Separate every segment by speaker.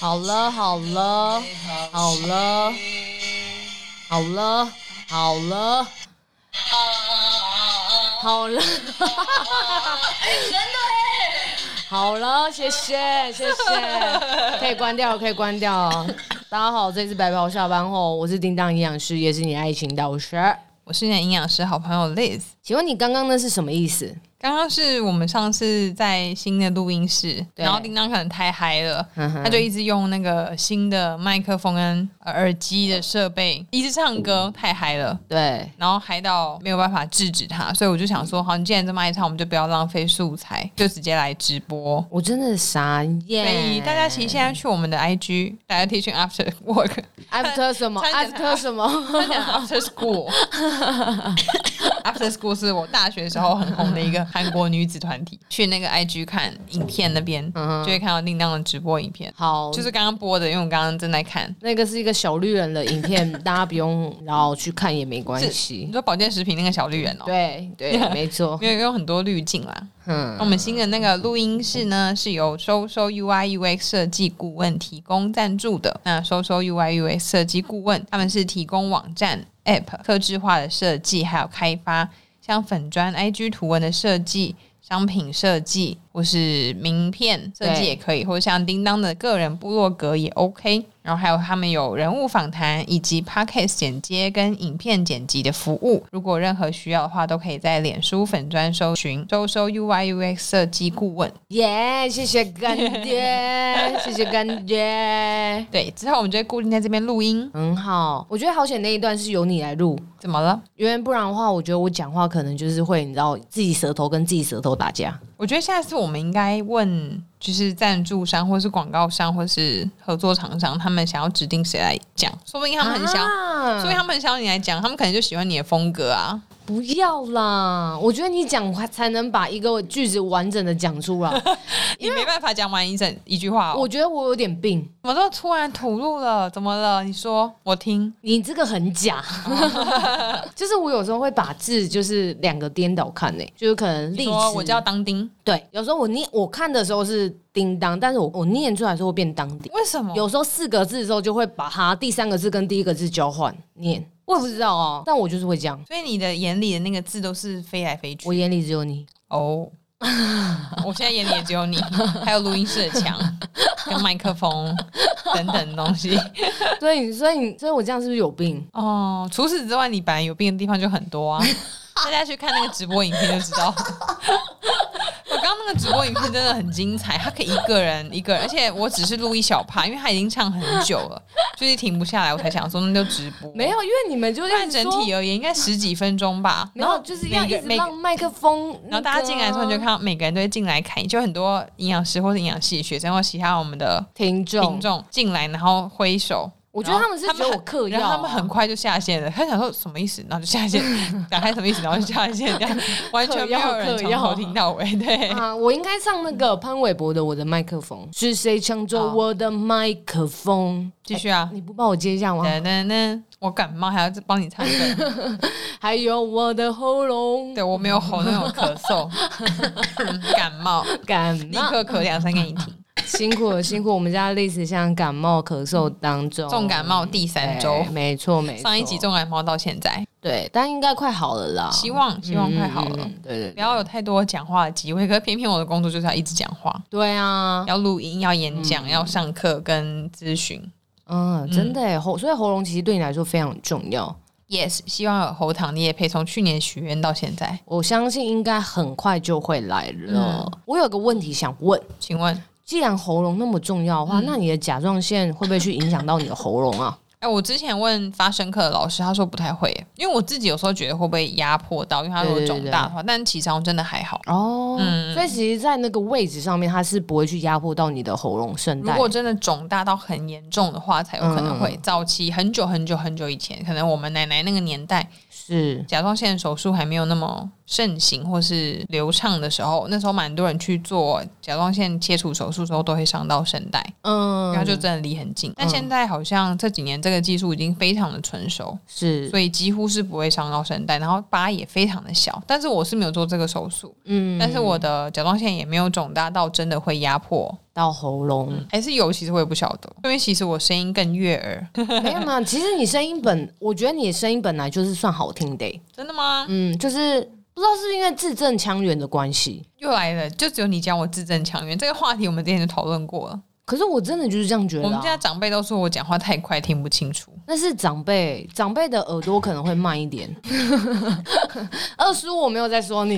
Speaker 1: 好了好了好了好了好了好了
Speaker 2: 真的哎，
Speaker 1: 好了，谢谢谢谢，可以关掉可以关掉。大家好，这里是白袍下班后，我是叮当营养师，也是你爱情导师。
Speaker 2: 我是你的营养师好朋友 Liz。
Speaker 1: 请问你刚刚那是什么意思？
Speaker 2: 刚刚是我们上次在新的录音室，
Speaker 1: 对
Speaker 2: 然后叮当可能太嗨了，
Speaker 1: 嗯哼
Speaker 2: 他就一直用那个新的麦克风跟呃耳机的设备一直唱
Speaker 1: 哦
Speaker 2: 歌，太嗨了。
Speaker 1: 对，
Speaker 2: 然后嗨到没有办法制止他，所以我就想说，好，你既然这么爱唱，我们就不要浪费素材，就直接来直播。
Speaker 1: 我真的傻
Speaker 2: 所以
Speaker 1: 眼。
Speaker 2: 哎大家其实现在去我们的 IG，大家 Teaching After Work，
Speaker 1: after 什么
Speaker 2: 差点
Speaker 1: ？after 什么？
Speaker 2: 他讲 After School。After School 是我大学时候很红的一 个韩国女子团体，去那个 IG 看影片那边，
Speaker 1: 嗯哼
Speaker 2: 就会看到叮当的直播影片，
Speaker 1: 好，
Speaker 2: 就是刚刚播的，因为我刚刚正在看。
Speaker 1: 那个是一个小绿人的影片，大家不用然后去看也没关
Speaker 2: 你
Speaker 1: 系。
Speaker 2: 说保健食品那个小绿人哦，
Speaker 1: 对对，没错。
Speaker 2: 因为有很多滤镜啦。那
Speaker 1: 嗯，
Speaker 2: 我们新的那个录音室呢，是由收收 UI UX 设计顾问提供赞助的。那收收 UI UX 设计顾问，他们是提供网站、App、特制化的设计，还有开发，像粉砖、IG 图文的设计。商品设计或是名片设计
Speaker 1: 对
Speaker 2: 也可以，或者像叮当的个人部落格也 OK。然后还有他们有人物访谈以及 podcast 剪接跟影片剪辑的服务。如果任何需要的话，都可以在脸书粉专搜寻“周收 UI UX 设计顾问
Speaker 1: 耶，谢谢干爹，谢谢干爹”。。
Speaker 2: 对，之后我们就会固定在这边录音。
Speaker 1: 很好，我觉得好险那一段是由你来录，
Speaker 2: 怎么了？
Speaker 1: 因为不然的话，我觉得我讲话可能就是会，你知道，自己舌头跟自己舌头打架。
Speaker 2: 我觉得下次我们应该问，就是赞助商或是广告商或是合作厂商，他们想要指定谁来讲，说不定他们很想，
Speaker 1: 啊
Speaker 2: 说不定他们很想要你来讲，他们可能就喜欢你的风格啊。
Speaker 1: 不要啦！我觉得你讲话才能把一个句子完整的讲出来。
Speaker 2: 你没办法讲完一整一句话、哦，
Speaker 1: 我觉得我有点病，
Speaker 2: 怎么都突然吐露了？怎么了？你说我听。
Speaker 1: 你这个很假，
Speaker 2: 哦
Speaker 1: 就是我有时候会把字就是两个颠倒看呢、就是可能
Speaker 2: 你
Speaker 1: 例
Speaker 2: 说
Speaker 1: 词，
Speaker 2: 我叫当丁，
Speaker 1: 对，有时候我念我看的时候是叮当，但是我我念出来的时候会变当叮，
Speaker 2: 为什么？
Speaker 1: 有时候四个字的时候就会把它第三个字跟第一个字交换念，我也不知道哦，但我就是会这样，
Speaker 2: 所以你的眼里的那个字都是飞来飞去
Speaker 1: 我。眼里只有你，
Speaker 2: 哦。 我现在眼里也只有你，还有录音室的墙、 跟麦克风等等东西。
Speaker 1: 所以所以你所以我这样是不是有病？
Speaker 2: 哦，除此之外，你本来有病的地方就很 多啊。大家去看那个直播影片就知道。 我刚刚那个直播影片真的很精彩，他可以一个人一个人，而且我只是录一小趴，因为他已经唱很久了，就是停不下来，我才想说那就直播。
Speaker 1: 没，有，因为你们就
Speaker 2: 但
Speaker 1: 是
Speaker 2: 整体而言应该十几分钟吧。
Speaker 1: 没有，就是要
Speaker 2: 每
Speaker 1: 一
Speaker 2: 个
Speaker 1: 直
Speaker 2: 每个
Speaker 1: 让麦克风、啊
Speaker 2: 然后大家进来的时候，你就看。到每个人都会进来看，就很多营养师或者营养系的学生或其他我们的
Speaker 1: 听众
Speaker 2: 听，众进来，然后挥手。
Speaker 1: 我觉得他们是
Speaker 2: 然后
Speaker 1: 觉得我嗑药啊
Speaker 2: 然后他们很快就下线了。他想说什么意思，然后就下线，打开什么意思，然后就下线， 这样完全没有人从头听到尾。对，
Speaker 1: 啊，我应该唱那个潘玮柏的《我的麦克风》，是谁抢走
Speaker 2: 好
Speaker 1: 我的麦克风？
Speaker 2: 继续啊，
Speaker 1: 你不帮我接一下吗？
Speaker 2: 噔噔噔，我感冒还要帮你唱歌，
Speaker 1: 还有我的喉咙
Speaker 2: 对我没有喉，那种咳嗽，感冒，
Speaker 1: 感
Speaker 2: 立
Speaker 1: 冒，
Speaker 2: 刻咳两声给你听，
Speaker 1: 辛苦了辛苦，我们家丽子现在感冒咳嗽当中，
Speaker 2: 重感冒第三
Speaker 1: 对
Speaker 2: 周。
Speaker 1: 哎没错没错，
Speaker 2: 上一集重感冒到现在，
Speaker 1: 对，但应该快好了啦，
Speaker 2: 希望希望快好
Speaker 1: 嗯
Speaker 2: 了。
Speaker 1: 嗯嗯对对
Speaker 2: 不
Speaker 1: 对
Speaker 2: 要有太多讲话的机会。可是偏偏我的工作就是要一直讲话，
Speaker 1: 对啊，
Speaker 2: 要录音、要演讲、要上课跟咨询。
Speaker 1: 嗯，真的耶喉，所以喉咙其实对你来说非常重要。
Speaker 2: Yes，希望有喉糖的也配，从去年许愿到现在。
Speaker 1: 我相信应该很快就会来了。
Speaker 2: 嗯
Speaker 1: 我有个问题想问，
Speaker 2: 请问，
Speaker 1: 既然喉咙那么重要的
Speaker 2: 嗯
Speaker 1: 话，那你的甲状腺会不会去影响到你的喉咙啊？
Speaker 2: 哎、我之前问发声课的老师，他说不太会，因为我自己有时候觉得会不会压迫到，因为他如果
Speaker 1: 对对
Speaker 2: 肿大的话，但其实好像真的还好。
Speaker 1: 哦，
Speaker 2: 嗯
Speaker 1: 所以其实，在那个位置上面，它是不会去压迫到你的喉咙声
Speaker 2: 如
Speaker 1: 带。
Speaker 2: 果真的肿大到很严重的话，才有可能
Speaker 1: 嗯
Speaker 2: 会。早期很久很久很久以前，可能我们奶奶那个年代，
Speaker 1: 是
Speaker 2: 甲状腺手术还没有那么盛行或是流畅的时候，那时候蛮多人去做甲状腺切除手术的时候都会伤到声带，
Speaker 1: 嗯
Speaker 2: 然后就真的离很近。但现在好像这几年这这个技术已经非常的成熟，
Speaker 1: 是，
Speaker 2: 所以几乎是不会伤到声带，然后疤也非常的小。但是我是没有做这个手术，
Speaker 1: 嗯
Speaker 2: 但是我的甲状腺也没有肿大到真的会压迫，
Speaker 1: 到喉咙、
Speaker 2: 还是有，其实我也不晓得，因为其实我声音更悦 耳，
Speaker 1: 没有嘛？其实你声音本，我觉得你的声音本来就是算好听的欸、
Speaker 2: 真的吗？
Speaker 1: 嗯，就是不知道是不是因为字正腔圆的关系，
Speaker 2: 又来了，就只有你讲我字正腔圆这个话题，我们之前就讨论过了。
Speaker 1: 可是我真的就是这样觉
Speaker 2: 我
Speaker 1: 得、
Speaker 2: 们
Speaker 1: 啊。
Speaker 2: 家长辈都说我讲话太快，听不 清楚。
Speaker 1: 那是长辈，长辈的耳朵可能会慢一 点。二叔，我没有在说 你。，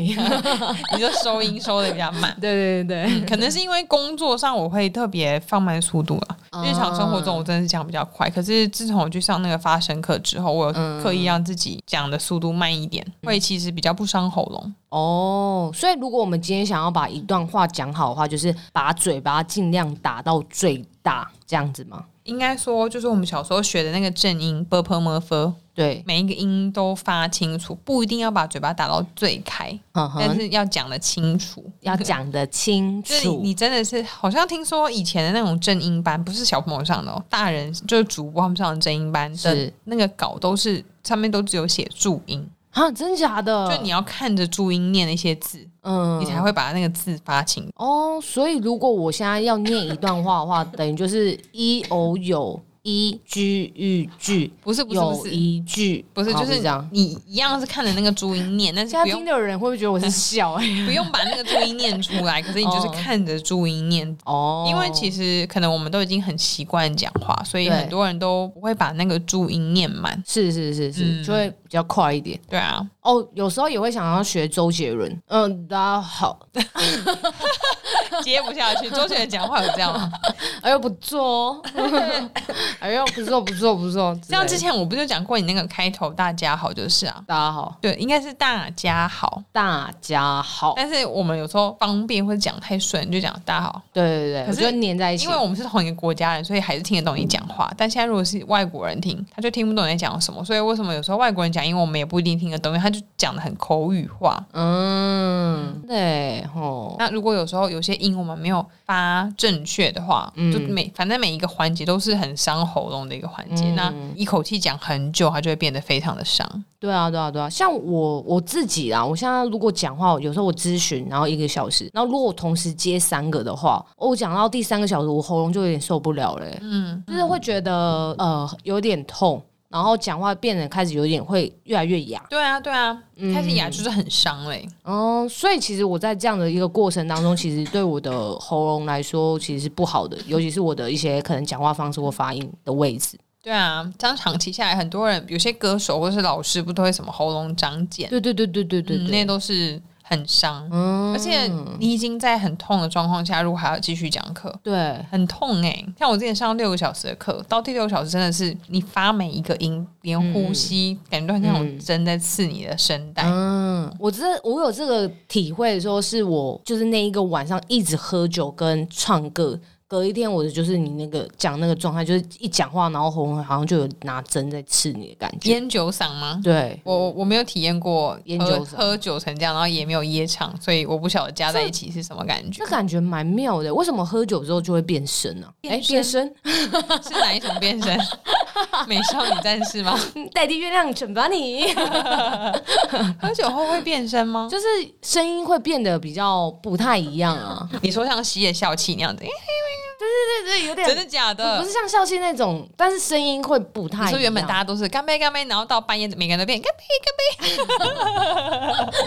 Speaker 2: 你就收音收的比较慢
Speaker 1: 对对对
Speaker 2: 哎可能是因为工作上我会特别放慢速度啦。
Speaker 1: 对，
Speaker 2: 日常生活中我真的是讲比较快，可是自从我去上那个发声课之后，我有
Speaker 1: 嗯
Speaker 2: 刻意让自己讲的速度慢一点，会其实比较不伤喉咙。
Speaker 1: 哦，所以如果我们今天想要把一段话讲好的话，就是把嘴巴尽量打到最大，这样子吗？
Speaker 2: 应该说，就是我们小时候学的那个正音 b p m f，
Speaker 1: 对，
Speaker 2: 每一个音都发清楚，不一定要把嘴巴打到最开，
Speaker 1: 嗯
Speaker 2: 但
Speaker 1: 哼，
Speaker 2: 是要讲的清楚。
Speaker 1: 要讲的清
Speaker 2: 就是你，
Speaker 1: 楚。
Speaker 2: 你真的是好像听说以前的那种正音班，不是小朋友上的哦，大人就是主播他们上的正音班的
Speaker 1: 是
Speaker 2: 那个稿都是上面都只有写注音，
Speaker 1: 啊，真假的？
Speaker 2: 就你要看着注音念那些字，
Speaker 1: 嗯
Speaker 2: 你才会把那个字发清。
Speaker 1: 哦，所以如果我现在要念一段话的话， 等于就是一偶有一句句句，
Speaker 2: 不是不是
Speaker 1: 有
Speaker 2: 不是
Speaker 1: 一句，
Speaker 2: 不是，
Speaker 1: 哦
Speaker 2: 就是
Speaker 1: 这样。
Speaker 2: 你一样是看着那个注音念，但是
Speaker 1: 现在
Speaker 2: 不
Speaker 1: 听
Speaker 2: 用
Speaker 1: 的人会不会觉得我 是笑、欸？
Speaker 2: 不用把那个注音念出 来，可是你就是
Speaker 1: 哦
Speaker 2: 看着注音念。
Speaker 1: 哦，
Speaker 2: 因为其实可能我们都已经很习惯讲话，所以
Speaker 1: 对
Speaker 2: 很多人都不会把那个注音念满。
Speaker 1: 哦是是是是，
Speaker 2: 嗯
Speaker 1: 就会比较快一点。
Speaker 2: 对啊，
Speaker 1: 哦，有时候也会想要学周杰伦。嗯，大家好，
Speaker 2: 接不下去。周杰伦讲话有这样 吗？
Speaker 1: 哎呦不错哦， 哎呦不错不错不错，这
Speaker 2: 像之前我不就讲过你那个开头“大家好”就是啊，
Speaker 1: 大家好，
Speaker 2: 对，应该是“大家好
Speaker 1: 大家”，好，
Speaker 2: 但是我们有时候方便或者讲太顺，就讲“大家好
Speaker 1: 对对对，
Speaker 2: 可
Speaker 1: 我
Speaker 2: 是
Speaker 1: 觉得黏在一”，起
Speaker 2: 因为，我们是同一个国家人，所以还是听得懂你讲话。但现在如果是外国人听，他就听不懂你在讲什么。所以为什么有时候外国人讲英文，我们也不一定听得懂，因为他就讲的很口语化。
Speaker 1: 嗯，对吼，
Speaker 2: 那如果有时候有些音我们没有发正确的话，
Speaker 1: 嗯
Speaker 2: 就每反正每一个环节都是很伤喉咙的一个环节。
Speaker 1: 嗯
Speaker 2: 那一口气讲很久，它就会变得非常的伤。
Speaker 1: 对啊，对啊，对啊，像我我自己啊，我现在如果讲话，有时候我咨询，然后一个小时，然后如果我同时接三个的话，哦我讲到第三个小时，我喉咙就有点受不了了、嗯，就是会觉得呃有点痛，然后讲话变得开始有点会越来越哑，
Speaker 2: 对啊，对啊，
Speaker 1: 嗯
Speaker 2: 开始牙就是很伤嘞、
Speaker 1: 嗯，所以其实我在这样的一个过程当中，其实对我的喉咙来说其实是不好的，尤其是我的一些可能讲话方式或发音的位置。
Speaker 2: 对啊，这样长期下来，很多人有些歌手或是老师不都会什么喉咙长茧，
Speaker 1: 对对对对对对
Speaker 2: 嗯那
Speaker 1: 对，
Speaker 2: 些都是很伤。
Speaker 1: 嗯
Speaker 2: 而且你已经在很痛的状况下，如果还要继续讲课，
Speaker 1: 对，
Speaker 2: 很痛哎、像我之前上六个小时的课，到第六个小时真的是你发每一个音，连呼吸、感觉都很像有针在刺你的声带。
Speaker 1: 嗯，我这我有这个体会，说是我就是那一个晚上一直喝酒跟唱歌，隔一天我的就是你那个讲那个状态，就是一讲话，然后喉咙好像就有拿针在刺你的感觉。
Speaker 2: 烟酒嗓吗？
Speaker 1: 对，
Speaker 2: 我我没有体验过
Speaker 1: 烟
Speaker 2: 喝
Speaker 1: 酒嗓
Speaker 2: 喝酒成这样，然后也没有夜场，所以我不晓得加在一起是什么感 觉
Speaker 1: 这。感觉蛮妙的。为什么喝酒之后就会变身呢、啊？哎，变
Speaker 2: 变
Speaker 1: 身，
Speaker 2: 是哪一种变身？美少女战士吗？
Speaker 1: 代替月亮惩罚你，
Speaker 2: 喝酒后会变身 吗？
Speaker 1: 就是声音会变得比较不太一样 啊。
Speaker 2: 你说像吸野笑气那样子，诶
Speaker 1: 对对，有点
Speaker 2: 真的假
Speaker 1: 不
Speaker 2: 的
Speaker 1: 是？像笑气那种，但是声音会不太一
Speaker 2: 你
Speaker 1: 样。
Speaker 2: 说原本大家都是干杯干杯，然后到半夜每个人都 变干杯干杯，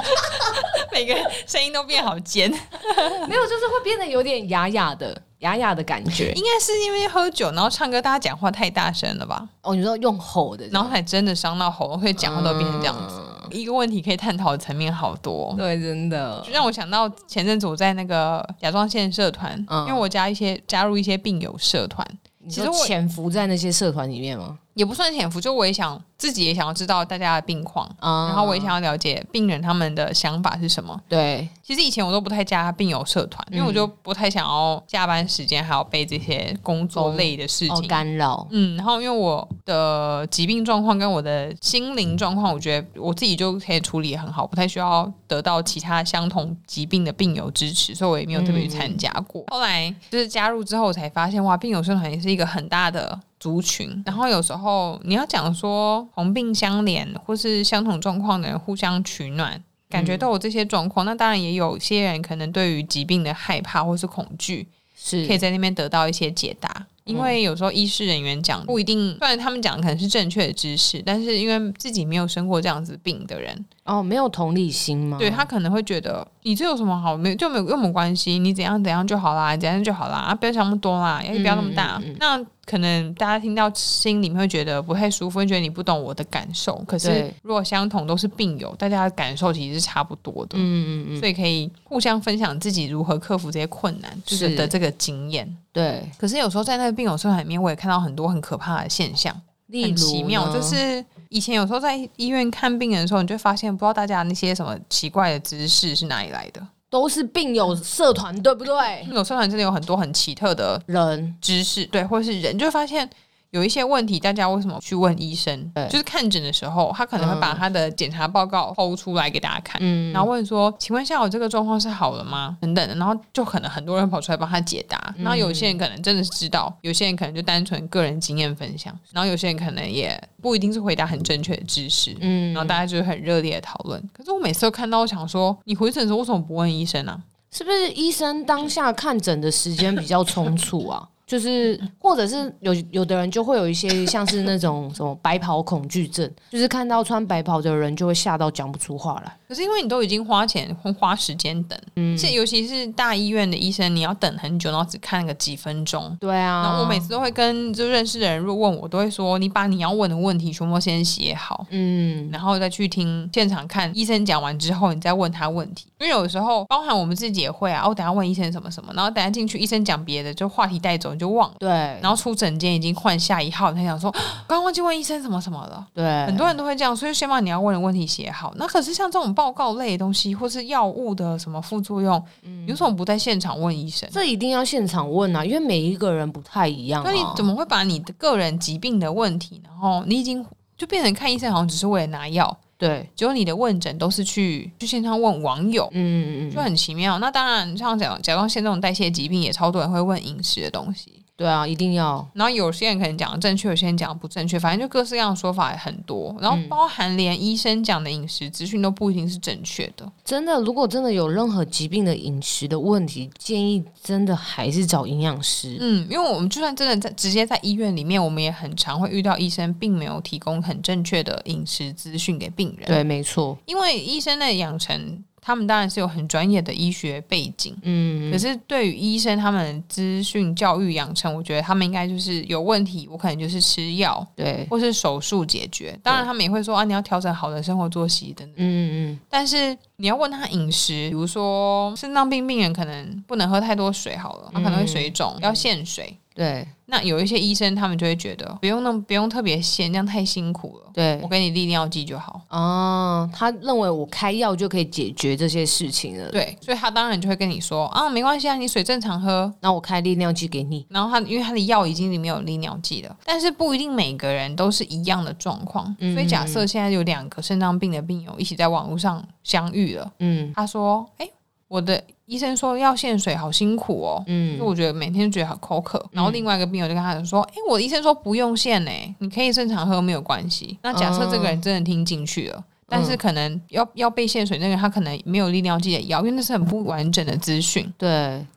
Speaker 2: 每个人声音都变好尖，应
Speaker 1: 没有，就是会变得有点哑哑的。哑哑的感觉，
Speaker 2: 该是因为喝酒，然后唱歌大家讲话太大声了吧，
Speaker 1: 哦，你说用吼的，
Speaker 2: 然后才真的伤到喉咙，所以讲话都变成这样子。
Speaker 1: 子，
Speaker 2: 一个问题可以探讨的层面好多，
Speaker 1: 嗯对，真的
Speaker 2: 就，让我想到前阵子我在那个甲状腺社团，
Speaker 1: 嗯
Speaker 2: 因为我加一些加入一些病友社团，
Speaker 1: 你
Speaker 2: 其
Speaker 1: 说
Speaker 2: 实我
Speaker 1: 潜伏在那些社团里面吗？
Speaker 2: 也不算潜伏，就我也想自己也想要知道大家的病况，
Speaker 1: 啊
Speaker 2: 然后我也想要了解病人他们的想法是什么。
Speaker 1: 对，
Speaker 2: 其实以前我都不太加病友社团，因为我就
Speaker 1: 嗯
Speaker 2: 不太想要下班时间还要被这些工作类的事
Speaker 1: 哦，
Speaker 2: 情。
Speaker 1: 干扰，
Speaker 2: 嗯，然后因为我的疾病状况跟我的心灵状况，我觉得我自己就可以处理得很好，不太需要得到其他相同疾病的病友支持，所以我也没有特别去参加过。后来就是加入之后，我才发现哇，病友社团也是一个很大的族群。然后有时候你要讲说同病相怜，或是相同状况的人互相取暖。感觉都有这些状况，那当然也有些人可能对于疾病的害怕或是恐惧，
Speaker 1: 是
Speaker 2: 可以在那边得到一些解答。因为有时候医师人员讲不一定，虽然他们讲的可能是正确的知识，但是因为自己没有生过这样子病的人，
Speaker 1: 哦，没有同理心吗？
Speaker 2: 对他可能会觉得你这有什么好没就没有又没有关系，你怎样怎样就好啦，怎样就好啦，啊不要想那么多啦，压力不要那么大。
Speaker 1: 嗯嗯嗯
Speaker 2: 那可能大家听到心里面会觉得不太舒服，会觉得你不懂我的感受。可是
Speaker 1: 对
Speaker 2: 如果相同都是病友，大家的感受其实是差不多
Speaker 1: 嗯，
Speaker 2: 的，
Speaker 1: 嗯嗯嗯，
Speaker 2: 所以可以互相分享自己如何克服这些困难，就是
Speaker 1: 是
Speaker 2: 的这个经验。
Speaker 1: 对，
Speaker 2: 可是有时候在那个病友社团里面，我也看到很多很可怕的现象。
Speaker 1: 例如
Speaker 2: 很奇妙，
Speaker 1: 呢
Speaker 2: 就是以前有时候在医院看病人的时候，你就会发现不知道大家那些什么奇怪的姿势是哪里来的。
Speaker 1: 都是病友社团，对不对？
Speaker 2: 有社团真的有很多很奇特的
Speaker 1: 人
Speaker 2: 知识，对，或是人，就会发现有一些问题，大家为什么去问医生
Speaker 1: 对？
Speaker 2: 就是看诊的时候，他可能会把他的检查报告剖出来给大家看。
Speaker 1: 嗯
Speaker 2: 然后问说：“请问一下，我这个状况是好了吗？”等等的，然后就可能很多人跑出来帮他解答。
Speaker 1: 嗯
Speaker 2: 然后有些人可能真的是知道，有些人可能就单纯个人经验分享，然后有些人可能也不一定是回答很正确的知识。
Speaker 1: 嗯
Speaker 2: 然后大家就是很热烈的讨论。可是我每次都看到，我想说，你回诊的时候为什么不问医生啊？
Speaker 1: 是不是医生当下看诊的时间比较匆促 啊？就是，或者是有有的人就会有一些像是那种什么白袍恐惧症，就是看到穿白袍的人就会吓到讲不出话来。
Speaker 2: 可是因为你都已经花钱花时间等，嗯，尤其是大医院的医生，你要等很久，然后只看个几分钟。
Speaker 1: 对啊，
Speaker 2: 然后我每次都会跟就认识的人，如果问我，我都会说你把你要问的问题全部先写好，
Speaker 1: 嗯
Speaker 2: 然后再去听现场看医生讲完之后，你再问他问题。因为有时候包含我们自己也会啊，哦，等一下问医生什么什么，然后等一下进去医生讲别的，就话题带走你就忘了，
Speaker 1: 对，
Speaker 2: 然后出诊间已经换下一号，你才想说啊刚忘记问医生什么什么了。
Speaker 1: 对
Speaker 2: 很多人都会这样，所以先把你要问的问题写好。那可是像这种报告类的东西，或是药物的什么副作用，你为什么不在现场问医生？
Speaker 1: 这一定要现场问啊，因为每一个人不太一样、啊。
Speaker 2: 那你怎么会把你的个人疾病的问题，然后你已经就变成看医生好像只是为了拿药，
Speaker 1: 对？
Speaker 2: 结果你的问诊都是去去线上问网友，
Speaker 1: 嗯嗯
Speaker 2: 就
Speaker 1: 嗯，
Speaker 2: 很奇妙。那当然，像甲甲状腺这种代谢疾病，也超多人会问饮食的东西。
Speaker 1: 对啊，一定要
Speaker 2: 然后有些人可能讲得正确，有些人讲得不正确，反正就各式各样的说法也很多。然后包含连医生讲的饮食资讯都不一定是正确的。
Speaker 1: 真的。如果真的有任何疾病的饮食的问题，建议真的还是找营养师。
Speaker 2: 嗯，因为我们就算真的在直接在医院里面，我们也很常会遇到医生并没有提供很正确的饮食资讯给病人。，
Speaker 1: 对，没错。
Speaker 2: 因为医生的养成，他们当然是有很专业的医学背景。
Speaker 1: 嗯，
Speaker 2: 可是对于医生他们的资讯教育养成，我觉得他们应该就是有问题，我可能就是吃药
Speaker 1: 对，
Speaker 2: 或是手术解决。当然，他们也会说啊，你要调整好的生活作息等等。
Speaker 1: 嗯嗯
Speaker 2: 但是你要问他饮食，比如说肾脏病病人可能不能喝太多水，好了，他可能会水肿，要限水。
Speaker 1: 嗯，对
Speaker 2: 那有一些医生他们就会觉得不用那么不用特别限，这样太辛苦了。我
Speaker 1: 对。
Speaker 2: 给你利尿剂就好。
Speaker 1: 啊，他认为我开药就可以解决这些事情了。
Speaker 2: 对，所以他当然就会跟你说啊，没关系啊，你水正常喝。
Speaker 1: 那我开利尿剂给你。
Speaker 2: 然后他因为他的药已经里面有利尿剂了，但是不一定每个人都是一样的状况。
Speaker 1: 嗯
Speaker 2: 所以假设现在有两个肾脏病的病友一起在网络上相遇了，
Speaker 1: 嗯
Speaker 2: 他说：“哎、我的医生说要限水，好辛苦哦。”就
Speaker 1: 嗯，
Speaker 2: 我觉得每天觉得好口渴，然后另外一个病友就跟他说：“哎、我医生说不用限呢、你可以正常喝没有关
Speaker 1: 哦
Speaker 2: 系。”那假设这个人真的听进去了。但
Speaker 1: 嗯
Speaker 2: 是可能要要被限水，那个人他可能没有利尿剂的药，因为那是很不完整的资讯。
Speaker 1: 对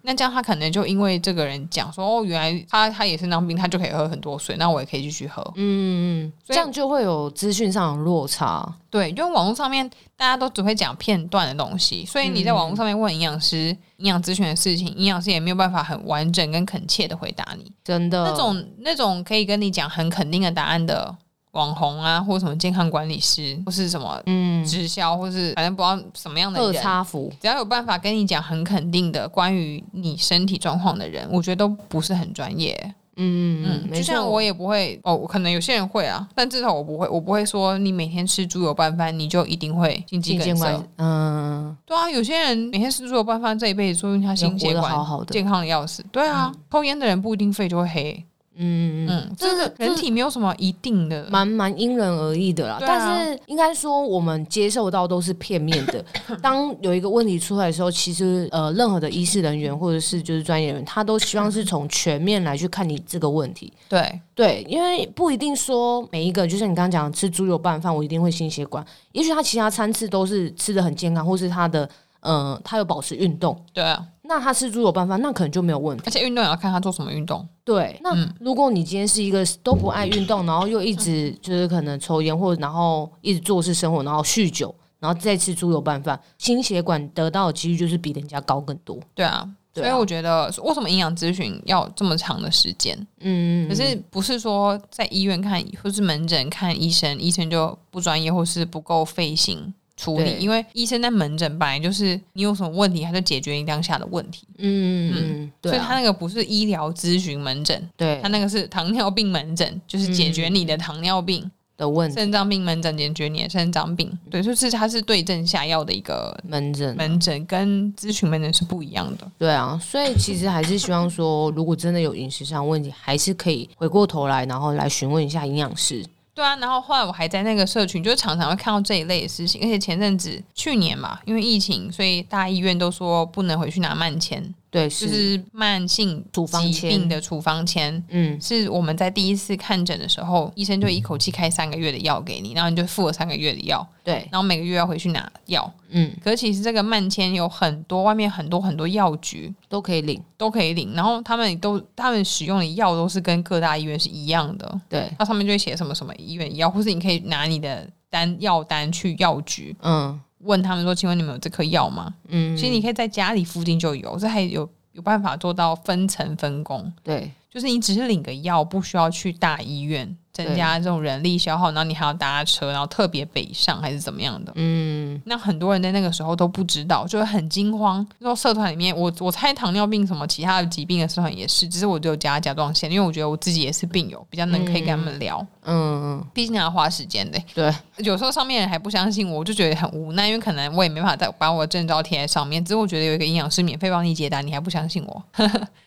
Speaker 2: 那这样他可能就因为这个人讲说哦，原来他他也是当病，他就可以喝很多水，那我也可以继续喝。
Speaker 1: 嗯嗯，
Speaker 2: 所
Speaker 1: 这
Speaker 2: 以
Speaker 1: 样就会有资讯上的落差。
Speaker 2: 对，因为网络上面大家都只会讲片段的东西，所以你在网络上面问营养师营养咨询的事情，营养师也没有办法很完整跟恳切的回答你。
Speaker 1: 真的
Speaker 2: 那种那种可以跟你讲很肯定的答案的网红啊，或什么健康管理师，或是什么
Speaker 1: 嗯，
Speaker 2: 直销，或是反正不知道什么样的
Speaker 1: 二
Speaker 2: 人，
Speaker 1: 差服
Speaker 2: 只要有办法跟你讲很肯定的关于你身体状况的人，我觉得都不是很专业。
Speaker 1: 嗯嗯
Speaker 2: 嗯，
Speaker 1: 嗯，
Speaker 2: 就像我也不会哦，可能有些人会啊，但至少我不会，我不会说你每天吃猪油拌饭，你就一定会心肌
Speaker 1: 进
Speaker 2: 梗
Speaker 1: 监
Speaker 2: 塞
Speaker 1: 管。，嗯，
Speaker 2: 对啊，有些人每天吃猪油拌饭，这一辈子说明他心
Speaker 1: 也
Speaker 2: 血
Speaker 1: 活得
Speaker 2: 管
Speaker 1: 好好的
Speaker 2: 健康的要死。对啊，抽烟的人不一定肺就会黑，
Speaker 1: 嗯嗯嗯，
Speaker 2: 嗯，
Speaker 1: 这
Speaker 2: 这
Speaker 1: 个
Speaker 2: 个人体没有什么一定的，
Speaker 1: 蛮蛮因人而异的啦。
Speaker 2: 对啊
Speaker 1: 但是应该说我们接受到都是片面 的。当有一个问题出来的时候，其实呃，任何的医师人员或者是就是专业人员，他都希望是从全面来去看你这个问题。
Speaker 2: 对
Speaker 1: 对，因为不一定说每一个，就像你刚刚讲吃猪油拌饭，我一定会心血管。也许他其他餐次都是吃的很健康，或是他的呃，他有保持运动，
Speaker 2: 对啊，
Speaker 1: 那他吃猪油拌饭，那可能就没有问题。
Speaker 2: 而且运动也要看他做什么运动，
Speaker 1: 对，那
Speaker 2: 嗯
Speaker 1: 如果你今天是一个都不爱运动，然后又一直
Speaker 2: 嗯
Speaker 1: 就是可能抽烟或者然后一直做事生活，然后酗酒，然后再吃猪油拌饭，心血管得到的几率就是比人家高更多。
Speaker 2: 对啊。
Speaker 1: 对
Speaker 2: 所
Speaker 1: 啊
Speaker 2: 以我觉得，为什么营养咨询要这么长的时间？
Speaker 1: 嗯，
Speaker 2: 可是不是说在医院看，或是门诊看医生，医生就不专业，或是不够费心处理
Speaker 1: 对。
Speaker 2: 因为医生在门诊本来就是你有什么问题，他就解决你当下的问题，
Speaker 1: 嗯嗯嗯，对
Speaker 2: 所以他
Speaker 1: 啊，
Speaker 2: 那个不是医疗咨询门诊，
Speaker 1: 对嗯
Speaker 2: 他那个是糖尿病门诊，就是解决你的糖尿病；
Speaker 1: 的问题
Speaker 2: 肾脏病门诊解决你的肾脏病。对，就是它是对症下药的一个
Speaker 1: 门诊
Speaker 2: 门诊，跟咨询门诊是不一样的。
Speaker 1: 对啊，所以其实还是希望说，如果真的有饮食上问题，还是可以回过头来，然后来询问一下营养师。
Speaker 2: 对啊，然后后来我还在那个社群，就常常会看到这一类的事情，而且前阵子去年嘛，因为疫情，所以大医院都说不能回去拿慢签，
Speaker 1: 对，
Speaker 2: 就是是慢性
Speaker 1: 处方
Speaker 2: 疾
Speaker 1: 签
Speaker 2: 病的处方签。
Speaker 1: 嗯，
Speaker 2: 是我们在第一次看诊的时候，医生就一口气开三个月的药给你，然后你就付了三个月的药，
Speaker 1: 对，
Speaker 2: 然后每个月要回去拿药。
Speaker 1: 嗯，
Speaker 2: 可是其实这个慢签有很多，外面很多很多药局
Speaker 1: 都可以领。
Speaker 2: 都可以领，然后他们都他们使用的药都是跟各大医院是一样的。
Speaker 1: 对，
Speaker 2: 它上面就会写什么什么医院药，或是你可以拿你的单药单去药局
Speaker 1: 嗯
Speaker 2: 问他们说，请问你们有这颗药吗？
Speaker 1: 嗯，
Speaker 2: 其实你可以在家里附近就有，这还有有办法做到分层分工，
Speaker 1: 对
Speaker 2: 就是你只是领个药，不需要去大医院，增加这种人力消耗，然后你还要搭车，然后特别北上还是怎么样的。
Speaker 1: 嗯
Speaker 2: 那很多人在那个时候都不知道，就会很惊慌。说社团里面，我我猜糖尿病什么其他的疾病的社团也是，只是我只有加甲状腺，因为我觉得我自己也是病友，比较能可以跟他们聊。
Speaker 1: 嗯嗯，
Speaker 2: 毕竟要花时间的。
Speaker 1: 对，
Speaker 2: 有时候上面人还不相信我，我就觉得很无奈，因为可能我也没办法再把我的证照贴在上面。只是我觉得有一个营养师免费帮你解答，你还不相信我？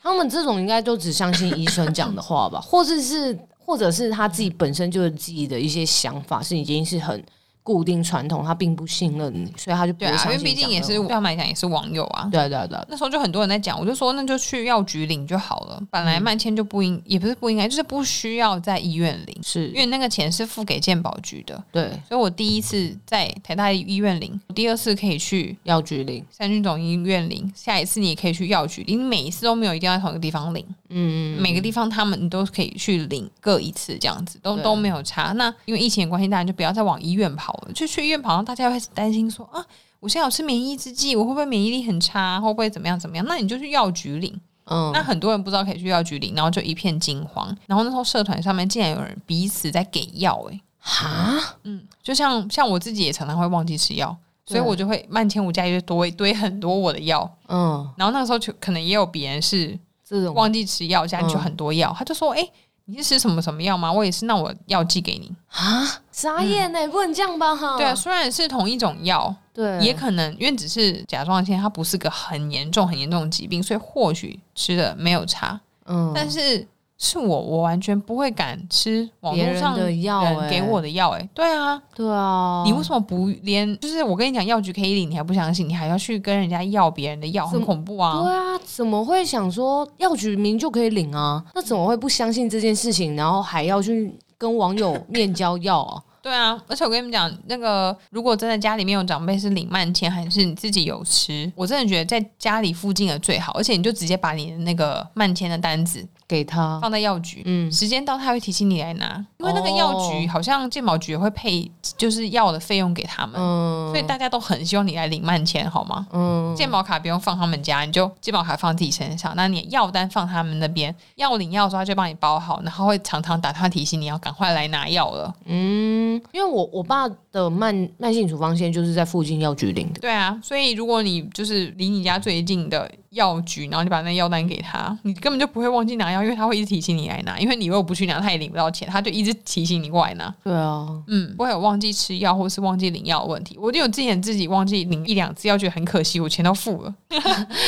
Speaker 1: 他们这种应该都只相信医生讲的话吧， 或者是或者是他自己本身就是自己的一些想法是已经是很固定传统，他并不信任你，所以他就不
Speaker 2: 对
Speaker 1: 会
Speaker 2: 啊，因
Speaker 1: 相
Speaker 2: 为
Speaker 1: 信
Speaker 2: 毕
Speaker 1: 你讲
Speaker 2: 竟
Speaker 1: 的
Speaker 2: 也是
Speaker 1: 话
Speaker 2: 对他们来讲也是网友啊。
Speaker 1: 对啊对啊对啊，
Speaker 2: 那时候就很多人在讲，我就说那就去药局领就好了。本来慢签就不应，也不是不应该，就是不需要在医院领，因
Speaker 1: 是，
Speaker 2: 为那个钱是付给健保局的。
Speaker 1: 对，
Speaker 2: 所以我第一次在台大医院领，我第二次可以去
Speaker 1: 药局领，
Speaker 2: 三军总医院领，下一次你也可以去药局领，你每一次都没有一定要在同一个地方领。
Speaker 1: 嗯，
Speaker 2: 每个地方他们你都可以去领各一次，这样子都
Speaker 1: 对
Speaker 2: 都没有差。那因为疫情的关系，大家就不要再往医院跑了，就去医院跑，然后大家会开始担心说啊，我现在有吃免疫制剂，我会不会免疫力很差，会不会怎么样怎么样？那你就去药局领。
Speaker 1: 嗯
Speaker 2: 那很多人不知道可以去药局领，然后就一片惊慌。然后那时候社团上面竟然有人彼此在给药、欸，嗯
Speaker 1: 哈，
Speaker 2: 就像像我自己也常常会忘记吃药。所以
Speaker 1: 对
Speaker 2: 我就会漫天我家里就多一堆很多我的药，
Speaker 1: 嗯，
Speaker 2: 然后那个时候就可能也有别人是
Speaker 1: 这种
Speaker 2: 忘记吃药，家里
Speaker 1: 嗯
Speaker 2: 就很多药，他就说：“哎、你是吃什么什么药吗？我也是，那我药寄给你。
Speaker 1: 啊，傻眼呢、不能这样吧？哈，
Speaker 2: 嗯对啊，虽然是同一种药，
Speaker 1: 对，
Speaker 2: 也可能因为只是甲状腺，它不是个很严重、很严重的疾病，所以或许吃的没有差，
Speaker 1: 嗯，
Speaker 2: 但是是我，我完全不会敢吃网
Speaker 1: 别
Speaker 2: 络
Speaker 1: 人
Speaker 2: 上
Speaker 1: 的药、欸、
Speaker 2: 人给我，的药。哎，对啊，
Speaker 1: 对啊，
Speaker 2: 你为什么不连？就是我跟你讲，药局可以领，你还不相信，你还要去跟人家要别人的药，
Speaker 1: 怎
Speaker 2: 很
Speaker 1: 么
Speaker 2: 恐怖啊！
Speaker 1: 对啊，怎么会想说药局名就可以领啊？那怎么会不相信这件事情，然后还要去跟网友面交药啊？
Speaker 2: 对啊，而且我跟你们讲，那个如果真的家里面有长辈是领慢签，还是你自己有吃，我真的觉得在家里附近的最好。而且你就直接把你的那个慢签的单子
Speaker 1: 给他，
Speaker 2: 放在药局，
Speaker 1: 嗯，
Speaker 2: 时间到他会提醒你来拿，因为那个
Speaker 1: 哦
Speaker 2: 药局好像健保局也会配就是药的费用给他们，
Speaker 1: 嗯
Speaker 2: 所以大家都很希望你来领慢签，好吗？
Speaker 1: 嗯，
Speaker 2: 健保卡不用放他们家，你就健保卡放自己身上。那你的药单放他们那边，要领药的时候他就帮你包好，然后会常常打电话提醒你要赶快来拿药了。
Speaker 1: 嗯，因为我我爸的慢慢性处方线就是在附近药局领的。
Speaker 2: 对啊，所以如果你就是离你家最近的药局，然后你把那药单给他，你根本就不会忘记拿药，因为他会一直提醒你来拿，因为你如果不去拿，他也领不到钱，他就一直提醒你过来拿。
Speaker 1: 对啊，
Speaker 2: 嗯，不会有忘记吃药或是忘记领药的问题。我就有之前自己忘记领一两次药，觉得很可惜，我钱都付了，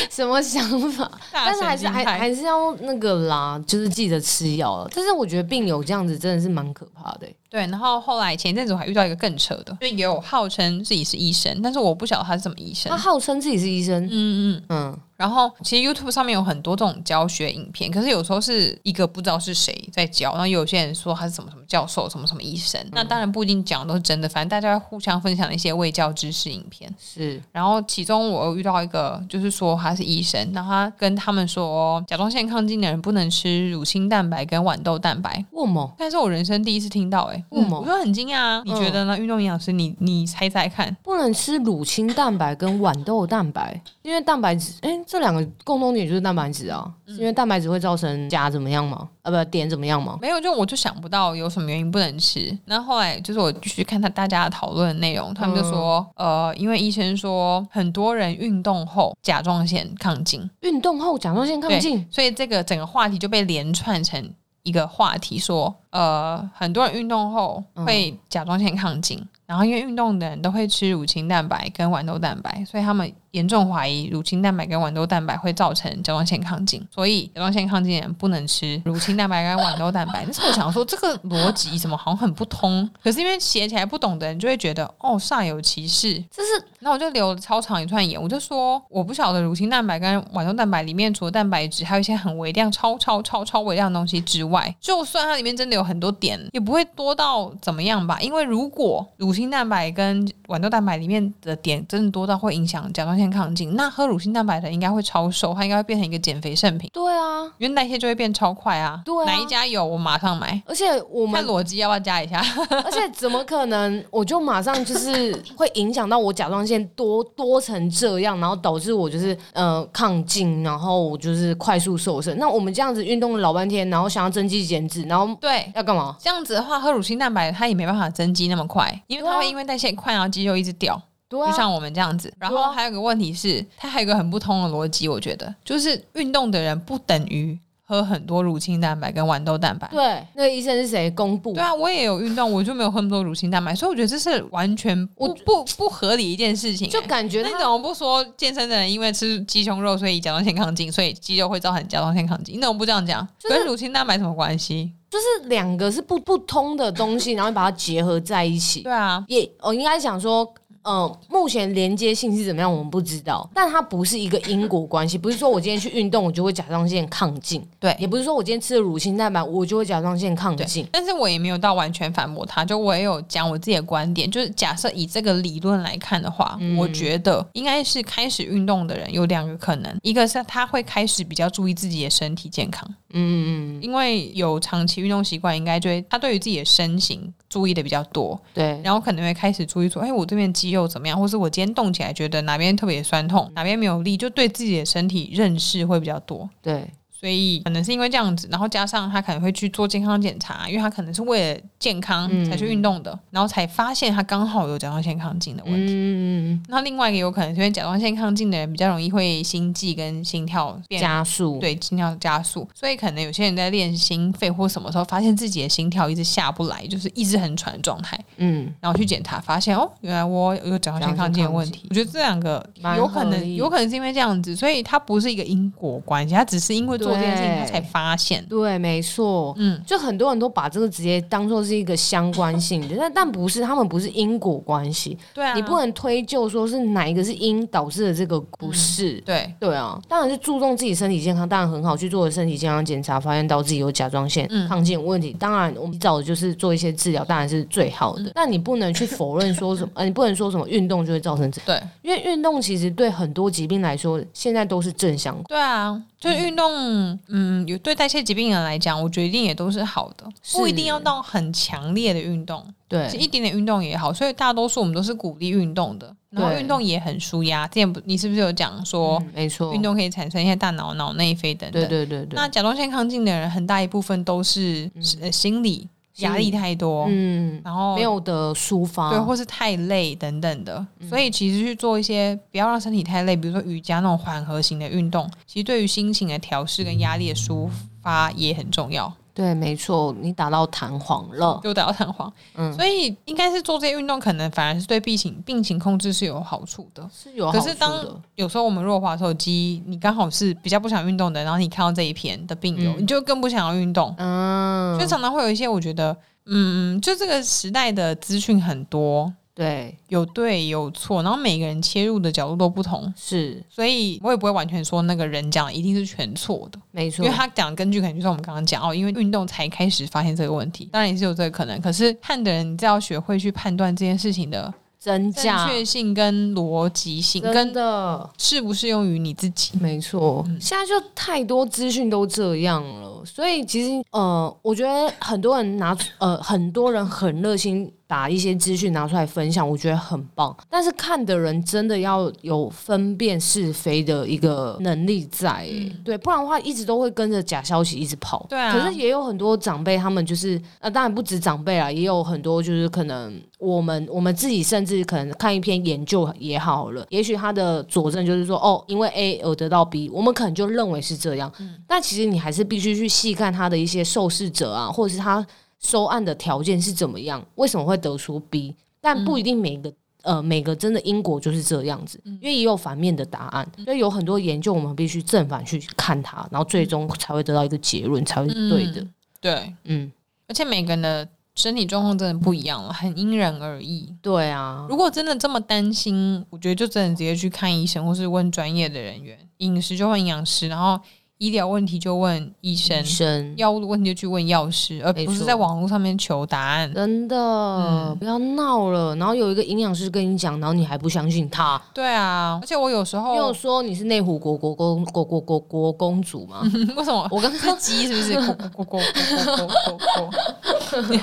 Speaker 1: 什么想 法？
Speaker 2: 但
Speaker 1: 但是还是还还是要那个啦，就是记得吃药了。但是我觉得病友这样子真的是蛮可怕的欸、
Speaker 2: 对，然后后来前一阵子我还遇到一个更扯的，就也有号称自己是医生，但是我不晓得他是什么医生
Speaker 1: 他。号称自己是医生，
Speaker 2: 嗯嗯，
Speaker 1: 嗯，
Speaker 2: 然后其实 YouTube 上面有很多这种教学影片，可是有时候是一个不知道是谁在教，然后有些人说他是什么什么教授、什么什么医
Speaker 1: 嗯
Speaker 2: 生，那当然不一定讲的都是真的，反正大家会互相分享一些卫教知识影片。
Speaker 1: 是
Speaker 2: 然后其中我有遇到一个，就是说他是医生，然后他跟他们说，哦甲状腺亢进的人不能吃乳清蛋白跟豌豆蛋白。
Speaker 1: 卧某
Speaker 2: 但是我人生第一次听到、欸，哎、
Speaker 1: 为什么
Speaker 2: 我就很惊讶啊！你觉得呢？运动营养师，你你猜猜看，
Speaker 1: 不能吃乳清蛋白跟豌豆蛋白，因为蛋白质，哎、这两个共同点就是蛋白质啊，是因为蛋白质会造成钾怎么样吗？啊，不，碘怎么样吗？
Speaker 2: 没有，就我就想不到有什么原因不能吃。然后后来就是我去看他大家的讨论的内容，他们就说，呃，因为医生说很多人运动后甲状腺亢进，
Speaker 1: 运动后甲状腺亢进，
Speaker 2: 所以这个整个话题就被连串成一个话题说呃，很多人运动后会甲状腺亢进，然后因为运动的人都会吃乳清蛋白跟豌豆蛋白，所以他们严重怀疑乳清蛋白跟豌豆蛋白会造成甲状腺亢进，所以甲状腺亢进的人不能吃乳清蛋白跟豌豆蛋白。但是我想说，这个逻辑怎么好像很不通？可是因为写起来不懂的人就会觉得哦，煞有其事，
Speaker 1: 这是
Speaker 2: 那我就留超长一串言，我就说我不晓得乳清蛋白跟豌豆蛋白里面除了蛋白质，还有一些很微量、超超超超微量的东西之外，就算它里面真的有很多点，也不会多到怎么样吧？因为如果乳清蛋白跟豌豆蛋白里面的点真的多到会影响甲状腺亢进，那喝乳清蛋白的人应该会超瘦，它应该会变成一个减肥圣品，
Speaker 1: 对啊，
Speaker 2: 原代谢就会变超快啊！
Speaker 1: 对啊
Speaker 2: 哪一家有我马上买。
Speaker 1: 而且我
Speaker 2: 看
Speaker 1: 们，
Speaker 2: 裸肌要不要加一下？
Speaker 1: 而且怎么可能？我就马上就是会影响到我甲状腺多多成这样，然后导致我就是呃亢进，然后我就是快速瘦身。那我们这样子运动了老半天，然后想要增肌减脂，然后
Speaker 2: 对，
Speaker 1: 要干嘛？
Speaker 2: 这样子的话，喝乳清蛋白它也没办法增肌那么快，因为
Speaker 1: 对
Speaker 2: 它
Speaker 1: 啊
Speaker 2: 会因为代谢快，然后肌肉一直掉。
Speaker 1: 对
Speaker 2: 就
Speaker 1: 啊，
Speaker 2: 像我们这样子，然
Speaker 1: 对
Speaker 2: 后
Speaker 1: 啊
Speaker 2: 还有个问题是，它还有一个很不通的逻辑，我觉得就是运动的人不等于喝很多乳清蛋白跟豌豆蛋白。
Speaker 1: 对，那个医生是谁公布？
Speaker 2: 对啊，我也有运动，我就没有喝那么多乳清蛋白，所以我觉得这是完全不不不合理一件事情、
Speaker 1: 就
Speaker 2: 欸
Speaker 1: 感觉
Speaker 2: 那你怎
Speaker 1: 他
Speaker 2: 么不说健身的人因为吃鸡胸肉，所以甲状腺亢进，所以肌肉会造成甲状腺亢进？你怎么不这样讲？
Speaker 1: 就是
Speaker 2: 跟乳清蛋白什么关系？
Speaker 1: 就是两个是不不通的东西，然后你把它结合在一起。
Speaker 2: 对啊，
Speaker 1: 也我应该想说，呃，目前连接性是怎么样，我们不知道，但它不是一个因果关系，不是说我今天去运动我就会甲状腺亢进，
Speaker 2: 对
Speaker 1: 也不是说我今天吃了乳清蛋白我就会甲状腺亢进，
Speaker 2: 但是我也没有到完全反驳他，就我也有讲我自己的观点，就是假设以这个理论来看的话，我觉得应该是开始运动的人有两个可能，一个是他会开始比较注意自己的身体健康，
Speaker 1: 嗯嗯
Speaker 2: 因为有长期运动习惯，应该就会他对于自己的身形注意的比较多，
Speaker 1: 嗯，对，
Speaker 2: 然后可能会开始注意说，哎，我这边肌肉怎么样，或是我今天动起来觉得哪边特别酸痛，哪边没有力，就对自己的身体认识会比较多。
Speaker 1: 对，
Speaker 2: 所以可能是因为这样子，然后加上他可能会去做健康检查，因为他可能是为了健康
Speaker 1: 嗯
Speaker 2: 才去运动的，然后才发现他刚好有甲状腺亢进的问题。
Speaker 1: 嗯嗯
Speaker 2: 那另外一个有可能是因为甲状腺亢进的人比较容易会心悸跟心跳
Speaker 1: 嗯，
Speaker 2: 变
Speaker 1: 加速，
Speaker 2: 对心跳加速，所以可能有些人在练心肺或什么时候发现自己的心跳一直下不来，就是一直很喘的状态，
Speaker 1: 嗯，
Speaker 2: 然后去检查发现哦，原来我有甲状腺亢进的问题。我觉得这两个
Speaker 1: 蛮
Speaker 2: 有可
Speaker 1: 合
Speaker 2: 能
Speaker 1: 理
Speaker 2: 有可能是因为这样子，所以它不是一个因果关系，它只是因为做这件事情
Speaker 1: 对
Speaker 2: 他才发现。
Speaker 1: 对，没错。
Speaker 2: 嗯，
Speaker 1: 就很多人都把这个直接当做是一个相关性的，但但不是，他们不是因果关系，
Speaker 2: 对啊，
Speaker 1: 你不能推究说是哪一个是因导致的这个不是，
Speaker 2: 对，
Speaker 1: 对啊，当然是注重自己身体健康，当然很好去做身体健康检查，发现到自己有甲状腺
Speaker 2: 嗯
Speaker 1: 亢进问题。当然，我们早就是做一些治疗，当然是最好
Speaker 2: 嗯
Speaker 1: 的。但你不能去否认说 什么，呃，你不能说什么运动就会造成这，
Speaker 2: 对，啊
Speaker 1: 因为运动其实对很多疾病来说，现在都是正相关。
Speaker 2: 对啊，就是运动，嗯，有对代谢疾病人来讲，我觉得一定也都是好的，不一
Speaker 1: 是
Speaker 2: 定要到很强烈的运动，是
Speaker 1: 对，
Speaker 2: 一点点运动也好。所以大多数我们都是鼓励运动的，然后
Speaker 1: 对
Speaker 2: 运动也很舒压。之前不，你是不是有讲说
Speaker 1: 嗯没错
Speaker 2: 运，动可以产生一些大脑脑内啡等等？
Speaker 1: 对对对对
Speaker 2: 那甲状腺亢进的人，很大一部分都是、呃心理压力太多，
Speaker 1: 嗯，
Speaker 2: 然后
Speaker 1: 没有啊嗯的抒发，
Speaker 2: 对，或是太累等等的。所以其实去做一些不要让身体太累，比如说瑜伽那种缓和型的运动，其实对于心情的调试跟压力的抒发也很重要。
Speaker 1: 对，没错，你打到弹簧了，
Speaker 2: 又打到弹簧，
Speaker 1: 嗯
Speaker 2: 所以应该是做这些运动，可能反而是对病情病情控制是有好处的。
Speaker 1: 是有好
Speaker 2: 可
Speaker 1: 处
Speaker 2: 是当
Speaker 1: 的。
Speaker 2: 有时候我们弱滑手机，你刚好是比较不想运动的，然后你看到这一篇的病友，
Speaker 1: 嗯
Speaker 2: 你就更不想要运动。
Speaker 1: 嗯
Speaker 2: 就，常常会有一些，我觉得，嗯，就这个时代的资讯很多，
Speaker 1: 对，
Speaker 2: 有对有错，然后每个人切入的角度都不同，
Speaker 1: 是
Speaker 2: 所以我也不会完全说那个人讲的一定是全错的，
Speaker 1: 没
Speaker 2: 因
Speaker 1: 错
Speaker 2: 为。他讲的根据可能就是我们刚刚讲哦，因为运动才开始发现这个问题，当然也是有这个可能，可是看的人你就要学会去判断这件事情的
Speaker 1: 真
Speaker 2: 正
Speaker 1: 假
Speaker 2: 确性跟逻辑性，
Speaker 1: 真
Speaker 2: 跟嗯
Speaker 1: 的
Speaker 2: 适不适用于你自己。
Speaker 1: 没错，现在就太多资讯都这样了，所以其实呃，我觉得很多人拿出呃，很多人很热心把一些资讯拿出来分享，我觉得很棒。但是看的人真的要有分辨是非的一个能力在、
Speaker 2: 嗯
Speaker 1: 欸对，不然的话一直都会跟着假消息一直跑。
Speaker 2: 对啊
Speaker 1: 可是也有很多长辈，他们就是呃，当然不止长辈啦，也有很多就是可能我们我们自己甚至可能看一篇研究也好了，也许他的佐证就是说哦，因为 A 而得到 B，我们可能就认为是这样，
Speaker 2: 嗯
Speaker 1: 但其实你还是必须去细看他的一些受试者啊，或者是他收案的条件是怎么样，为什么会得出 B，但
Speaker 2: 嗯
Speaker 1: 不一定每个。呃，每个真的因果就是这样子，因为也有反面的答案，
Speaker 2: 嗯
Speaker 1: 所以有很多研究我们必须正反去看它，然后最终才会得到一个结论，才会是对的。
Speaker 2: 嗯对，
Speaker 1: 嗯，
Speaker 2: 而且每个人的身体状况真的不一样了，很因人而异。
Speaker 1: 对啊，
Speaker 2: 如果真的这么担心，我觉得就真的直接去看医生，或是问专业的人员。饮食就问营养师，然后医疗问题就问医生
Speaker 1: 医，生
Speaker 2: 药物的问题就去问药师，而
Speaker 1: 没
Speaker 2: 不是
Speaker 1: 错
Speaker 2: 在网络上面求答案。
Speaker 1: 真的、
Speaker 2: 嗯
Speaker 1: 不要闹了。然后有一个营养师跟你讲，然后你还不相信他，
Speaker 2: 对啊，而且我有时候
Speaker 1: 又说你是内湖国国公国国国国公主嘛。
Speaker 2: 为什么
Speaker 1: 我刚
Speaker 2: 是鸡是不是？ 咕咕咕咕咕咕咕咕咕。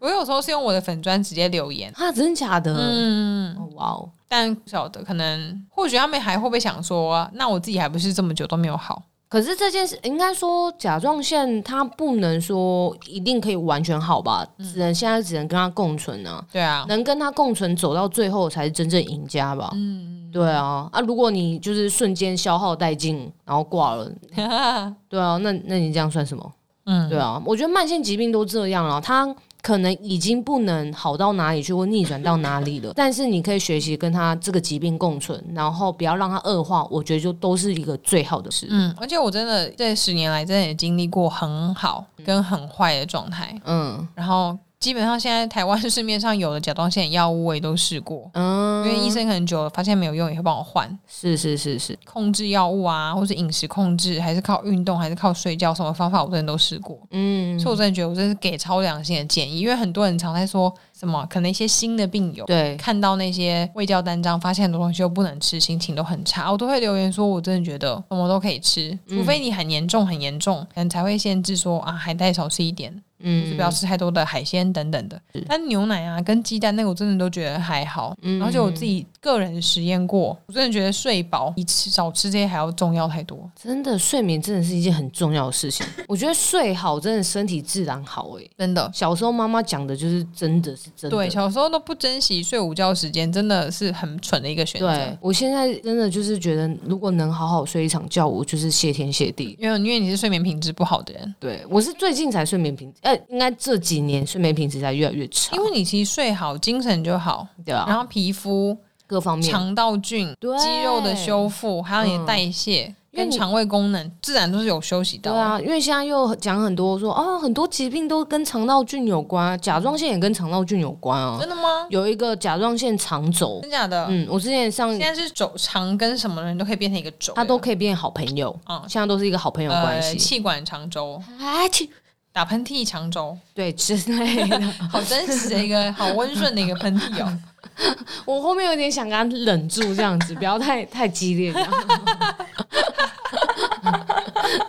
Speaker 2: 我有时候是用我的粉砖直接留言，
Speaker 1: 啊，真的假的？
Speaker 2: 嗯，
Speaker 1: 哦哇哦，
Speaker 2: 但不晓得可能或许他们还会不会想说，那我自己还不是这么久都没有好？
Speaker 1: 可是这件事应该说甲状腺它不能说一定可以完全好吧，
Speaker 2: 嗯
Speaker 1: 只能现在只能跟它共存啊，
Speaker 2: 对啊，
Speaker 1: 能跟它共存走到最后才是真正赢家吧。
Speaker 2: 嗯，
Speaker 1: 对啊，啊，如果你就是瞬间消耗殆尽，然后挂 了，对啊，那那你这样算什么？
Speaker 2: 嗯，
Speaker 1: 对啊，我觉得慢性疾病都这样啊，它可能已经不能好到哪里去或逆转到哪里 了，但是你可以学习跟它这个疾病共存，然后不要让它恶化，我觉得就都是一个最好的事。
Speaker 2: 嗯，而且我真的这十年来真的也经历过很好跟很坏的状态，
Speaker 1: 嗯
Speaker 2: 然后基本上现在台湾市面上有的甲状腺药物我也都试过，因
Speaker 1: 嗯，
Speaker 2: 为医生很久了发现没有用，也会帮我换
Speaker 1: 是是是是，
Speaker 2: 控制药物啊，或是饮食控制，还是靠运动，还是靠睡觉，什么方法我真的都试过。
Speaker 1: 嗯，
Speaker 2: 所以我真的觉得我真的是给超良心的建议，因为很多人常在说什么，可能一些新的病友。
Speaker 1: 对，
Speaker 2: 看到那些胃教单张，发现很多东西又不能吃，心情都很差，我都会留言说，我真的觉得什么都可以吃，
Speaker 1: 嗯
Speaker 2: 除非你很严重很严重，可能才会限制说啊，海带少吃一点，就
Speaker 1: 嗯，
Speaker 2: 是不要吃太多的海鲜等等的。但牛奶啊跟鸡蛋那个我真的都觉得还好，
Speaker 1: 嗯
Speaker 2: 而且我自己个人实验过，我真的觉得睡饱比吃少吃这些还要重要太多。
Speaker 1: 真的睡眠真的是一件很重要的事 情，我觉得睡好真的身体自然好诶、
Speaker 2: 真的，
Speaker 1: 小时候妈妈讲的就是真的是真的，
Speaker 2: 对，小时候都不珍惜睡午觉时间，真的是很蠢的一个选择
Speaker 1: 对。我现在真的就是觉得，如果能好好睡一场觉，我就是谢天谢地。
Speaker 2: 因为因为你是睡眠品质不好的人，
Speaker 1: 对我是最近才睡眠品，呃，应该这几年睡眠品质才越来越差，
Speaker 2: 因为你其实睡好，精神就好，
Speaker 1: 对啊，
Speaker 2: 然后皮肤、
Speaker 1: 各方面
Speaker 2: 肠道菌、
Speaker 1: 对
Speaker 2: 肌肉的修复，还有你的
Speaker 1: 嗯
Speaker 2: 代谢
Speaker 1: 因为
Speaker 2: 跟
Speaker 1: 你
Speaker 2: 肠胃功能，自然都是有休息
Speaker 1: 对
Speaker 2: 到的。
Speaker 1: 啊，因为现在又讲很多说啊，很多疾病都跟肠道菌有关，啊甲状腺也跟肠道菌有关啊。
Speaker 2: 真的吗？
Speaker 1: 有一个甲状腺肠轴，
Speaker 2: 真假的？
Speaker 1: 嗯，我之前上
Speaker 2: 现在是肘肠跟什么人都可以变成一个肘，
Speaker 1: 他都可以变好朋友，
Speaker 2: 嗯
Speaker 1: 现在都是一个好朋友
Speaker 2: 呃
Speaker 1: 关系。
Speaker 2: 气管肠轴、
Speaker 1: 啊，去
Speaker 2: 打喷嚏肠 轴，
Speaker 1: 对之类的，
Speaker 2: 好真实的一个，好温顺的一个喷嚏哦。
Speaker 1: 我后面有点想跟他 忍住这样子，不要太太激烈这样。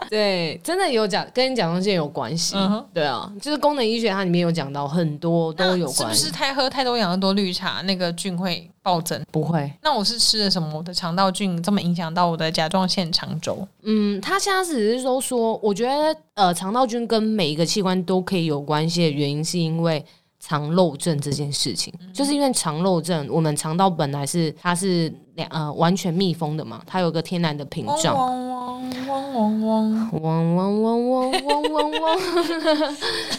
Speaker 1: 对，真的有讲跟甲状腺有关系。
Speaker 2: 嗯哼
Speaker 1: 对啊，就是功能医学它里面有讲到很多 都有
Speaker 2: 是不
Speaker 1: 关，
Speaker 2: 是太喝太多养乐多绿茶，那个菌会暴增？
Speaker 1: 不会。
Speaker 2: 那我是吃了什么？我的肠道菌这么影响到我的甲状腺肠轴？
Speaker 1: 嗯，他现在只是说说，我觉得呃，肠道菌跟每一个器官都可以有关系的原因，是因为肠漏症这件事情，就是因为肠漏症，我们肠道本来是它是两呃完全密封的嘛，它有一个天然的屏
Speaker 2: 嗡
Speaker 1: 障。
Speaker 2: 嗡嗡嗡嗡嗡，
Speaker 1: 嗡嗡嗡嗡嗡嗡 嗡，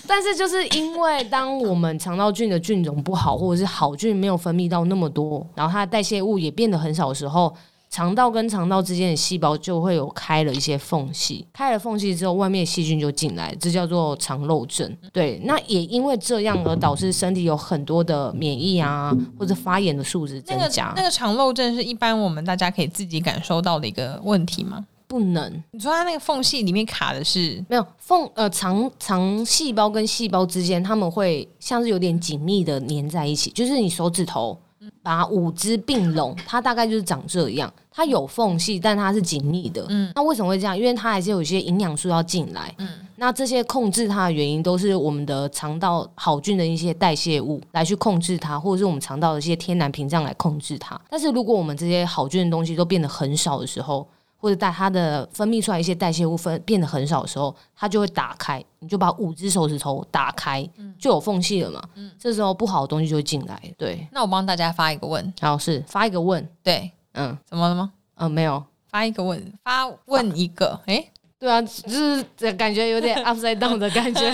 Speaker 1: 但是就是因为当我们肠道菌的菌种不好，或者是好菌没有分泌到那么多，然后它的代谢物也变得很少的时候，肠道跟肠道之间的细胞就会有开了一些缝隙，开了缝隙之后，外面的细菌就进来，这叫做肠漏症。对，那也因为这样而导致身体有很多的免疫啊或者发炎的数值
Speaker 2: 那
Speaker 1: 增
Speaker 2: 个
Speaker 1: 加，
Speaker 2: 那个肠漏症是一般我们大家可以自己感受到的一个问题吗？
Speaker 1: 不能
Speaker 2: 你说它那个缝隙里面卡的是
Speaker 1: 没有缝呃肠肠细胞跟细胞之间，他们会像是有点紧密的粘在一起，就是你手指头把五只并拢，它大概就是长这样，它有缝隙，但它是紧密的。嗯，那为什么会这样？因为它还是有一些营养素要进来。嗯，那这些控制它的原因都是我们的肠道好菌的一些代谢物来去控制它，或者是我们肠道的一些天然屏障来控制它。但是如果我们这些好菌的东西都变得很少的时候，或者代它的分泌出来一些代谢物分变得很少的时候，它就会打开，你就把五只手指头打开，就有缝隙了嘛。这时候不好的东西就会进来。对，
Speaker 2: 那我帮大家发一个问，
Speaker 1: 然后是发一个问，
Speaker 2: 对，
Speaker 1: 嗯嗯、
Speaker 2: 怎么了吗？
Speaker 1: 呃没有，
Speaker 2: 发一个问，发问一个，诶，
Speaker 1: 对啊，就是这感觉有 点 upside down 的 感觉。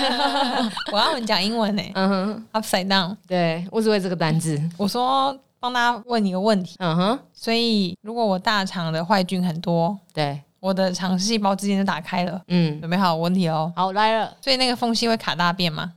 Speaker 2: 我要你讲英文呢、
Speaker 1: 嗯哼，
Speaker 2: u p s i d e down。
Speaker 1: 对我只会这个单字。
Speaker 2: 我说帮大家问一个问题，
Speaker 1: 嗯哼，
Speaker 2: 所以如果我大肠的坏菌很多，
Speaker 1: 对，
Speaker 2: 我的肠细胞之间就打开了，
Speaker 1: 嗯，
Speaker 2: 准备好问题哦。
Speaker 1: 好来了，
Speaker 2: 所以那个缝隙会卡大便吗？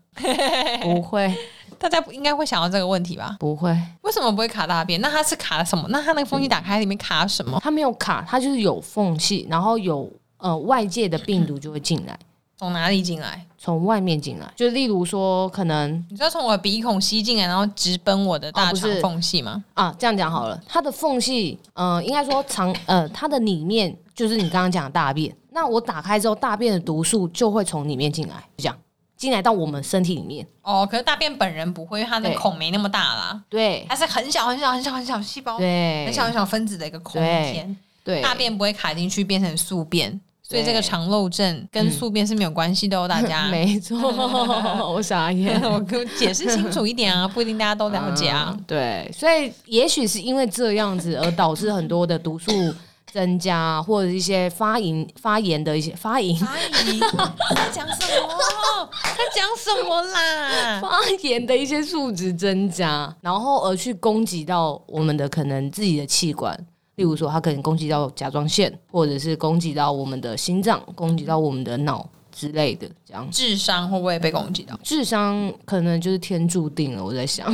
Speaker 1: 不会
Speaker 2: 大家不应该会想到这个问题吧？
Speaker 1: 不会，
Speaker 2: 为什么不会卡大便？那它是卡了什么？那它那个缝隙打开里面卡什么？
Speaker 1: 它没有卡，它就是有缝隙，然后有呃外界的病毒就会进来，
Speaker 2: 从哪里进来？
Speaker 1: 从外面进来，就例如说可能。
Speaker 2: 你知道从我的鼻孔吸进来，然后直奔我的大
Speaker 1: 哦不
Speaker 2: 肠
Speaker 1: 是
Speaker 2: 缝隙吗？
Speaker 1: 啊，这样讲好了，它的缝隙，呃，应该说长，呃，它的里面就是你刚刚讲的大便。那我打开之后，大便的毒素就会从里面进来，就这样进来到我们身体里面。
Speaker 2: 哦，可是大便本人不会，因为它那个
Speaker 1: 对
Speaker 2: 孔没那么大啦，
Speaker 1: 对，
Speaker 2: 它是很小很小很小很小细胞，
Speaker 1: 对
Speaker 2: 很，小很小分子的一个空间，
Speaker 1: 对，
Speaker 2: 大便不会卡进去变成宿便，所以
Speaker 1: 对
Speaker 2: 这个肠漏症跟宿便是没有关系的哦，大 家。
Speaker 1: 没错，我傻眼。
Speaker 2: 我给我解释清楚一 点啊，不一定大家都 了解啊。
Speaker 1: 嗯对，所以也许是因为这样子而导致很多的毒素增加，或者一些发炎、发炎的一些发炎、
Speaker 2: 阿姨，在讲什么？在讲什么 啦？
Speaker 1: 发炎的一些数值增加，然后而去攻击到我们的可能自己的器官，例如说它可能攻击到甲状腺，或者是攻击到我们的心脏，攻击到我们的脑之类的，这样。
Speaker 2: 智商会不会被攻击到？
Speaker 1: 智商可能就是天注定了，我在 想。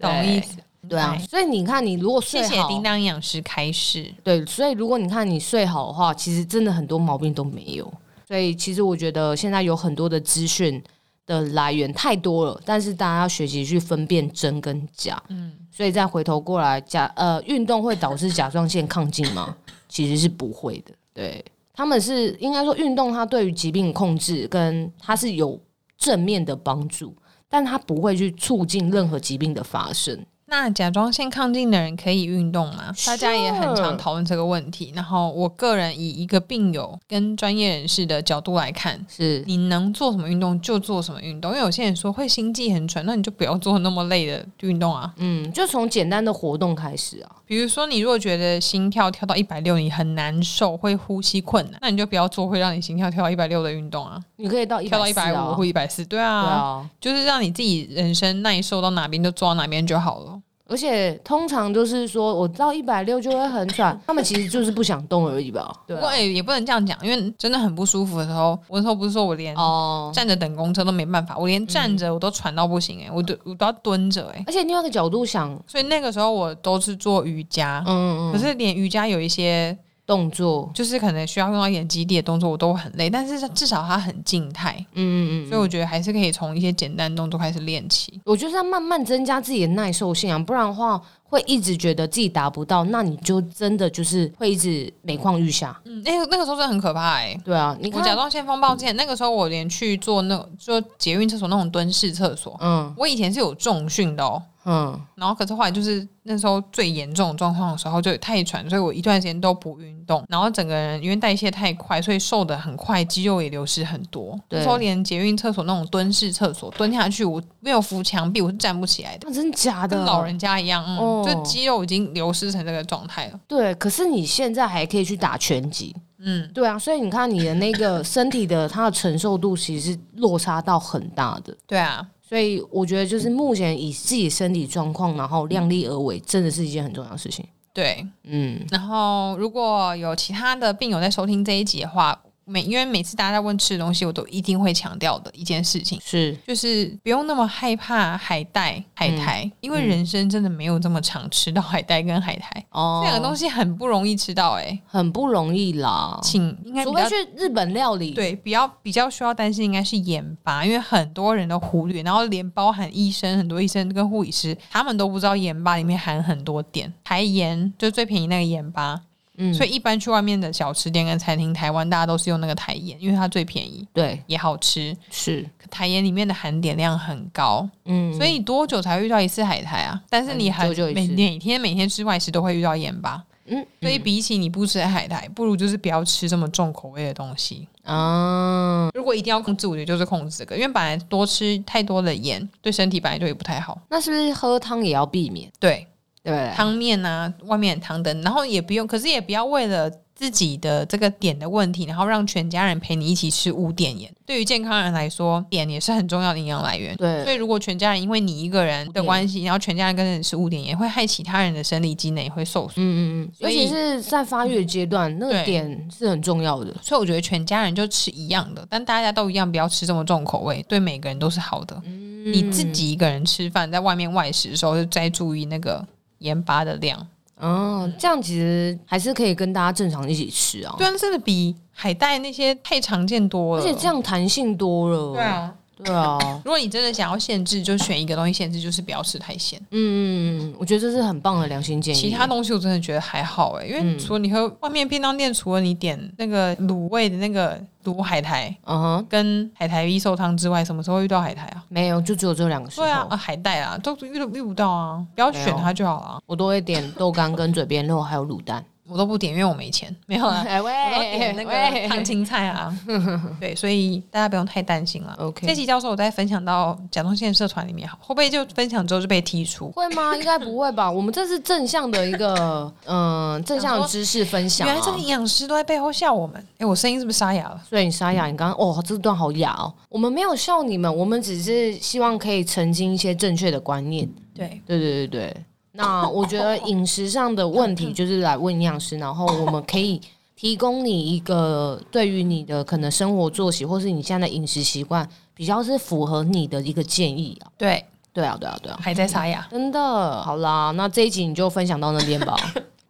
Speaker 2: 懂意思？
Speaker 1: 对啊，所以你看，你如果睡
Speaker 2: 谢
Speaker 1: 好，
Speaker 2: 谢叮当营养师开示。
Speaker 1: 对，所以如果你看你睡好的话，其实真的很多毛病都没有。所以其实我觉得现在有很多的资讯的来源太多了，但是大家要学习去分辨真跟假。嗯，所以再回头过来，甲呃运动会导致甲状腺亢进吗？其实是不会的。对，他们是应该说运动它对于疾病控制跟它是有正面的帮助，但它不会去促进任何疾病的发生。
Speaker 2: 那甲状腺亢进的人可以运动吗？
Speaker 1: Sure
Speaker 2: 大家也很常讨论这个问题。然后，我个人以一个病友跟专业人士的角度来看，
Speaker 1: 是
Speaker 2: 你能做什么运动就做什么运动。因为有些人说会心悸很喘，那你就不要做那么累的运动啊。
Speaker 1: 嗯，就从简单的活动开始啊。
Speaker 2: 比如说，你如果觉得心跳跳到一百六，你很难受，会呼吸困难，那你就不要做会让你心跳跳到一百六的运动啊，
Speaker 1: 你可以到一
Speaker 2: 跳到一百五或一百四，对啊，
Speaker 1: 对啊，
Speaker 2: 就是让你自己人生耐受到哪边就做到哪边就好了。
Speaker 1: 而且通常就是说我到一百六就会很 喘，他们其实就是不想动而已吧？对
Speaker 2: 不过、
Speaker 1: 啊、
Speaker 2: 欸也不能这样讲，因为真的很不舒服的时候，我那时候不是说我连
Speaker 1: 哦。嗯
Speaker 2: 站着等公车都没办法，我连站着我都喘到不行哎、欸我都我都要蹲着哎、欸
Speaker 1: 而且另外一个角度想，
Speaker 2: 所以那个时候我都是做瑜伽，
Speaker 1: 嗯嗯，
Speaker 2: 可是连瑜伽有一些
Speaker 1: 动作，
Speaker 2: 就是可能需要用到一点肌力的动作，我都很累，但是至少它很静态，
Speaker 1: 嗯嗯嗯，
Speaker 2: 所以我觉得还是可以从一些简单动作开始练起。
Speaker 1: 我就是要慢慢增加自己的耐受性啊，不然的话，会一直觉得自己达不到，那你就真的就是会一直每况愈下。
Speaker 2: 嗯，那个那个时候真的很可怕哎、
Speaker 1: 对啊，你
Speaker 2: 我甲
Speaker 1: 看，
Speaker 2: 状腺风暴之前，那个时候我连去做那做捷运厕所那种蹲式厕所，
Speaker 1: 嗯
Speaker 2: 我以前是有重训的哦。
Speaker 1: 嗯，
Speaker 2: 然后可是后来就是那时候最严重的状况的时候，就太喘，所以我一段时间都不运动，然后整个人因为代谢太快，所以瘦的很快，肌肉也流失很多。
Speaker 1: 对
Speaker 2: 那时候连捷运厕所那种蹲式厕所蹲下去，我没有扶墙壁，我是站不起来的。
Speaker 1: 那、真的假
Speaker 2: 跟
Speaker 1: 的？
Speaker 2: 老人家一样，嗯，
Speaker 1: 哦
Speaker 2: 就肌肉已经流失成这个状态了。
Speaker 1: 对，可是你现在还可以去打拳击，
Speaker 2: 嗯，
Speaker 1: 对啊，所以你看你的那 个身体的它的承受度其实是落差到很大的。
Speaker 2: 对啊，
Speaker 1: 所以我觉得，就是目前以自己身体状况，然后量力而为，真的是一件很重要的事情。
Speaker 2: 对。
Speaker 1: 嗯，
Speaker 2: 然后如果有其他的病友在收听这一集的话，每因为每次大家问吃的东西，我都一定会强调的一件事情。
Speaker 1: 是，
Speaker 2: 就是不用那么害怕海带、海苔，
Speaker 1: 嗯
Speaker 2: 因为人生真的没有这么常吃到海带跟海苔，
Speaker 1: 哦
Speaker 2: 这两个东
Speaker 1: 西
Speaker 2: 西很不容易吃到哎、
Speaker 1: 很不容易啦，
Speaker 2: 请应该比
Speaker 1: 哦除
Speaker 2: 较
Speaker 1: 非去日本料理。，
Speaker 2: 对比较比较需要担心应该是盐巴，因为很多人都忽略，然后连包含医生，很多医生跟护理师他们都不知道盐巴里面含很多碘，台盐就最便宜那个盐巴，
Speaker 1: 嗯，
Speaker 2: 所以一般去外面的小吃店跟餐厅，台湾大家都是用那个台盐，因为它最便宜
Speaker 1: 对，
Speaker 2: 也好吃，
Speaker 1: 是，
Speaker 2: 可台盐里面的含碘量很高。
Speaker 1: 嗯，
Speaker 2: 所以多久才会遇到一次海苔啊？但是你
Speaker 1: 嗯
Speaker 2: 很
Speaker 1: 久久一
Speaker 2: 每
Speaker 1: 次
Speaker 2: 每天每天吃外食都会遇到盐巴，
Speaker 1: 嗯，
Speaker 2: 所以比起你不吃海苔，不如就是不要吃这么重口味的东西。
Speaker 1: 啊，
Speaker 2: 如果一定要控制，我觉得就是控制这个，因为本来多吃太多的盐对身体本来就也不太好。
Speaker 1: 那是不是喝汤也要避免？
Speaker 2: 对，
Speaker 1: 对不对？
Speaker 2: 汤面啊，外面的汤等，然后也不用，可是也不要为了。自己的这个点的问题，然后让全家人陪你一起吃无碘盐。对于健康人来说，碘也是很重要的营养来源。所
Speaker 1: 对，
Speaker 2: 以，如果全家人因为你一个人的关系，然后全家人跟着你吃误点，也会害其他人的生理机能也会受损。
Speaker 1: 嗯嗯嗯，尤
Speaker 2: 所
Speaker 1: 其
Speaker 2: 以
Speaker 1: 是在发育的阶段，那个
Speaker 2: 对
Speaker 1: 点是很重要的。
Speaker 2: 所以，我觉得全家人就吃一样的，但大家都一样，不要吃这么重口味，对每个人都是好的。
Speaker 1: 嗯
Speaker 2: 你自己一个人吃饭，在外面外食的时候，就再注意那个盐巴的量。
Speaker 1: 嗯，这样其实还是可以跟大家正常一起吃啊。
Speaker 2: 对啊，真的比海带那些太常见多
Speaker 1: 而
Speaker 2: 了。
Speaker 1: 且这样弹性多了。
Speaker 2: 对，啊，
Speaker 1: 对啊，
Speaker 2: 如果你真的想要限制，就选一个东西限制，就是不要吃太咸。
Speaker 1: 嗯，我觉得这是很棒的良心建议。
Speaker 2: 其他东西我真的觉得还好哎、因为
Speaker 1: 嗯
Speaker 2: 除了你喝外面便当店，除了你点那个卤味的那个卤海苔
Speaker 1: 嗯哼，
Speaker 2: 跟海苔一寿汤之外，什么时候遇到海苔啊？
Speaker 1: 没有，就只有这两个时候，
Speaker 2: 对啊，啊海带啊，都遇都遇不到啊，不要选它就好了啊。
Speaker 1: 我都会点豆干跟嘴边肉还有卤蛋。
Speaker 2: 我都不点，因为我没钱，没有啦。
Speaker 1: 哎 喂
Speaker 2: 我都点那个烫青菜啊， 对，所以大家不用太担心了。这
Speaker 1: OK，
Speaker 2: 期教授我再分享到甲状腺社团里面，好，会不会就分享之后就被踢出？
Speaker 1: 会吗？应该不会吧？我们这是正向的一个，嗯、正向的知识分享、
Speaker 2: 原来
Speaker 1: 啊
Speaker 2: 这。个营养师都在背后笑我们，哎，我声音是不是沙哑了？
Speaker 1: 所以你沙
Speaker 2: 嗯
Speaker 1: 哑，你刚刚哦，这段好哑哦。我们没有笑你们，我们只是希望可以澄清一些正确的观念。
Speaker 2: 对，
Speaker 1: 对对对对，那我觉得饮食上的问 题就是来问营养师，然后我们可以提供你一个对于你的可能生活作息或是你现在的饮食习惯比较是符合你的一个建议啊。
Speaker 2: 对，哦
Speaker 1: 对啊，对啊，对啊，
Speaker 2: 还在沙哑。
Speaker 1: 真的。好啦，那这一集你就分享到那边 吧。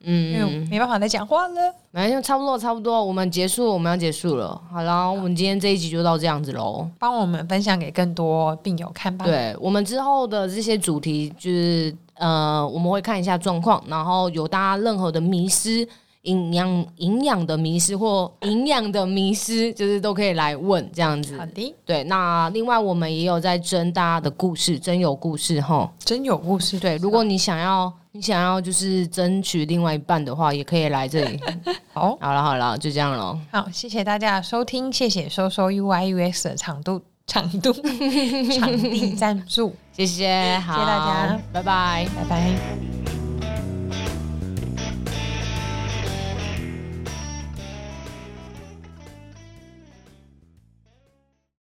Speaker 2: 因为我
Speaker 1: 嗯，
Speaker 2: 没办法再讲话了。
Speaker 1: 没就差不多，差不多，我们结束，我们要结束了。好啦，我们今天这一集就到这样子喽。
Speaker 2: 帮我们分享给更多病友看吧。，
Speaker 1: 对我们之后的这些主题，就是呃，我们会看一下状况，然后有大家任何的迷失、营养营养的迷失或营养的迷失，就是都可以来问这样子
Speaker 2: 好。的，
Speaker 1: 对，那另外我们也有在征大家的故事，真有故事哈。
Speaker 2: 真有故事。
Speaker 1: 对，如果你想要你想要就是争取另外一半的话，也可以来这 里。
Speaker 2: 好
Speaker 1: 好了好了，就这样了。
Speaker 2: 好，谢谢大家的收听，谢谢收收 U I U X 的长度长 度场地赞助，
Speaker 1: 谢谢，好，
Speaker 2: 大家
Speaker 1: 拜拜。
Speaker 2: 拜拜。